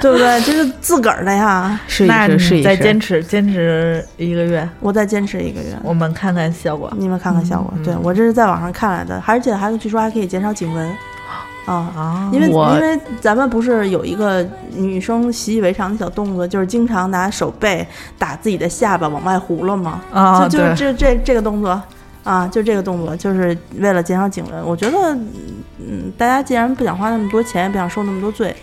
A: 对不对？这是自个儿的呀。
C: 试一
B: 那
C: 试，试
B: 你
C: 一
B: 再
C: 试
B: 坚。持坚持一个月，
A: 我再坚持一个月，
B: 我们看看效果
A: 你们看看效果。
B: 嗯
A: 对我这是在网上看来的，而且还据说还可以减少颈纹啊。
B: 啊
A: 因为
C: 我
A: 因为咱们不是有一个女生习以为常的小动作，就是经常拿手背打自己的下巴往外葫芦嘛。
B: 啊，
A: 就就是
B: 对
A: 这这这个动作啊，就这个动作，就是为了减少颈纹。我觉得，嗯，大家既然不想花那么多钱，也不想受那么多罪，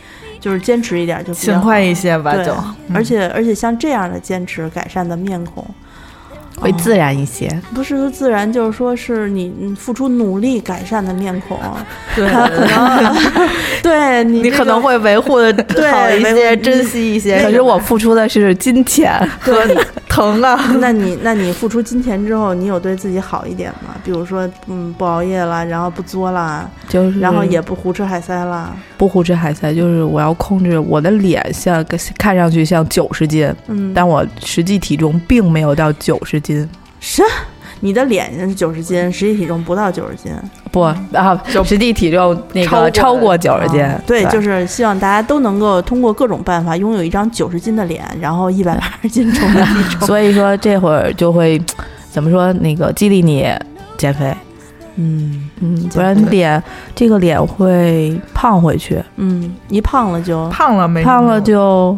A: 就是坚持一点就比较
B: 勤
A: 好
B: 快一些吧，
A: 对
B: 就嗯
A: 而且而且像这样的坚持改善的面孔，
C: 会
A: 哦
C: 自然一些，
A: 不是说自然，就是说是你你付出努力改善的面孔，
B: 对
A: 它可
B: [LAUGHS]
A: 能对你
B: 你
A: 这
B: 可能
A: 个
B: 会维
A: [LAUGHS]
B: 护的好
A: 维
B: 一
A: 护嗯
B: 些，
A: 你
B: 珍惜一些。
C: 可是我付出的是金钱。
A: [LAUGHS]
B: 可疼啊！
A: 那你那你付出金钱之后，你有对自己好一点吗？比如说，嗯，不熬夜啦，然后不作啦，
C: 就是，
A: 然后也不胡吃海塞啦，
C: 不胡吃海塞，就是我要控制我的脸像，看上去像九十斤，
A: 嗯，
C: 但我实际体重并没有到九十斤，
A: 是，你的脸是九十斤，实际体重不到九十斤。
C: 不啊，实际体重那个
B: 超
C: 超
B: 过
C: 过九十斤
A: 啊，对，就是希望大家都能够通过各种办法拥有一张九十斤的脸，然后一百八十斤重的体重。
C: 所以说这会儿就会怎么说那个激励你减肥，
A: 嗯
C: 嗯，不然脸这个脸会胖回去，
A: 嗯，一胖了就
B: 胖了没？
C: 胖了就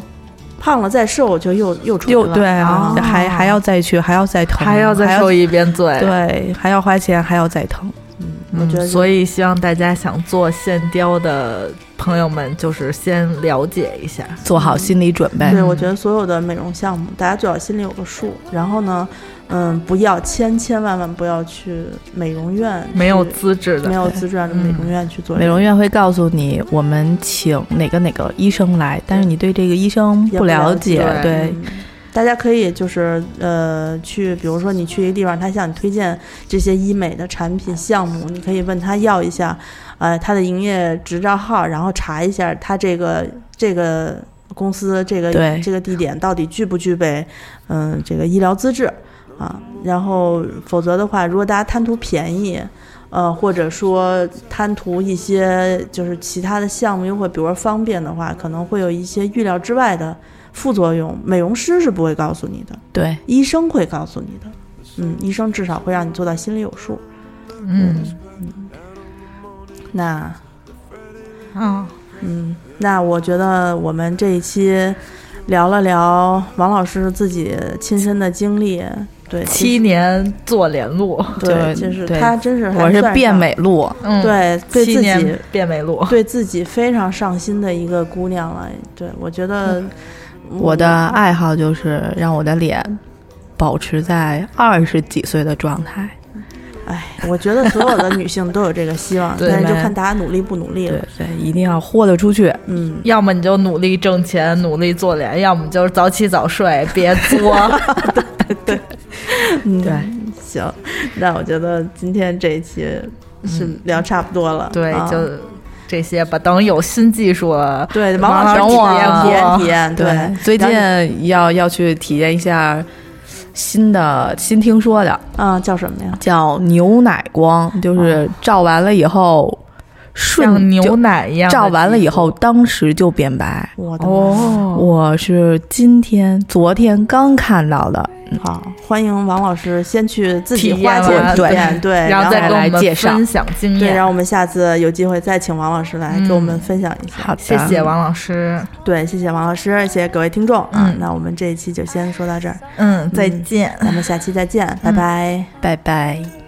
A: 胖了再瘦就又又出去
C: 又
A: 了
C: 对
B: 啊
C: 啊，还还要再去，还要再疼，
B: 还要再受一遍罪。
C: 对，还要花钱，还要再疼。
B: 嗯，
A: 我觉得
B: 所以希望大家想做线雕的朋友们，就是先了解一下。
C: 做好心理准备。
A: 对，我觉得所有的美容项目，大家最好心里有个数。然后呢，嗯，不要千千万万不要去美容院，
B: 没有
A: 去
B: 资质的，
A: 没有自传的美容院去做
C: 美容院会告诉你，我们请哪个哪个医生来，但是你对这个医生
A: 也不
C: 不
A: 了
C: 解
A: 解，
B: 对
C: 对
A: 嗯大家可以就是呃去，比如说你去一个地方，他向你推荐这些医美的产品项目，你可以问他要一下，呃，他的营业执照号，然后查一下他这个这个公司这个
C: 对
A: 这个地点到底具不具备嗯、这个医疗资质啊。然后否则的话，如果大家贪图便宜。呃，或者说贪图一些就是其他的项目优惠，比如说方便的话，可能会有一些预料之外的副作用。美容师是不会告诉你的，
C: 对，
A: 医生会告诉你的。嗯，医生至少会让你做到心里有数。
B: 嗯
A: 那
B: 嗯，
A: 嗯，那我觉得我们这一期聊了聊王老师自己亲身的经历，对，其
B: 七年做脸路，
A: 实对，
C: 对
A: 就是
C: 对
A: 他真是还
C: 我是
A: 算
C: 变
A: 上，
C: 美路，
B: 嗯，
A: 对，对
B: 七
A: 自己
B: 年变美路，
A: 对自己非常上心的一个姑娘了。对我觉得
C: 嗯我的爱好就是让我的脸保持在二十几岁的状态。
A: 哎，我觉得所有的女性都有这个希
C: [LAUGHS]
A: 望，
B: 对
A: 但是就
C: 没
A: 看大家努力不努力
C: 对
A: 了。
C: 对，一定要豁得出去。
A: 嗯，
B: 要么你就努力挣钱，努力做脸，要么就是早起早睡，别作。
A: 对
C: 对，
A: 嗯行，那我觉得今天这一期是聊差不多了。
B: 嗯对，
A: 啊
B: 就这些吧。等有新技术了，
A: 对，王
B: 王
A: 老师
B: 老
A: 体
B: 师
A: 验体
B: 体验
A: 验
B: 过
A: 体验，对，
C: 最
A: 然后
C: 近要要去体验一下新的新听说的，
A: 嗯叫什么呀？
C: 叫牛奶光，就是照完了以后
B: 哦像
C: 顺
B: 牛
C: 就
B: 奶一样的
C: 照完了以后，
B: 技
C: 当时就变白。
A: 我的
B: 术。
A: 妈呀，
B: 哦，
C: 我是今天、昨天刚看到的，
A: 好，欢迎王老师先去自己
B: 体
A: 花
B: 验
A: 钱
B: 完
A: 体
C: 对
B: [LAUGHS]
A: 验，对，
B: 然后再
A: 后
B: 跟我
C: 来介
B: 们
C: 绍
B: 分享经
A: 对，
B: 验
A: 然。后我们下次有机会再请王老师来给我们
B: 嗯
A: 分享一下。
C: 好的，
B: 谢谢王老师，
A: 对，谢谢王老师，谢谢各位听众啊
B: 嗯。
A: 那我们这一期就先说到这儿，
B: 嗯，再见。
A: 咱们下期再见，拜拜。
C: 拜拜。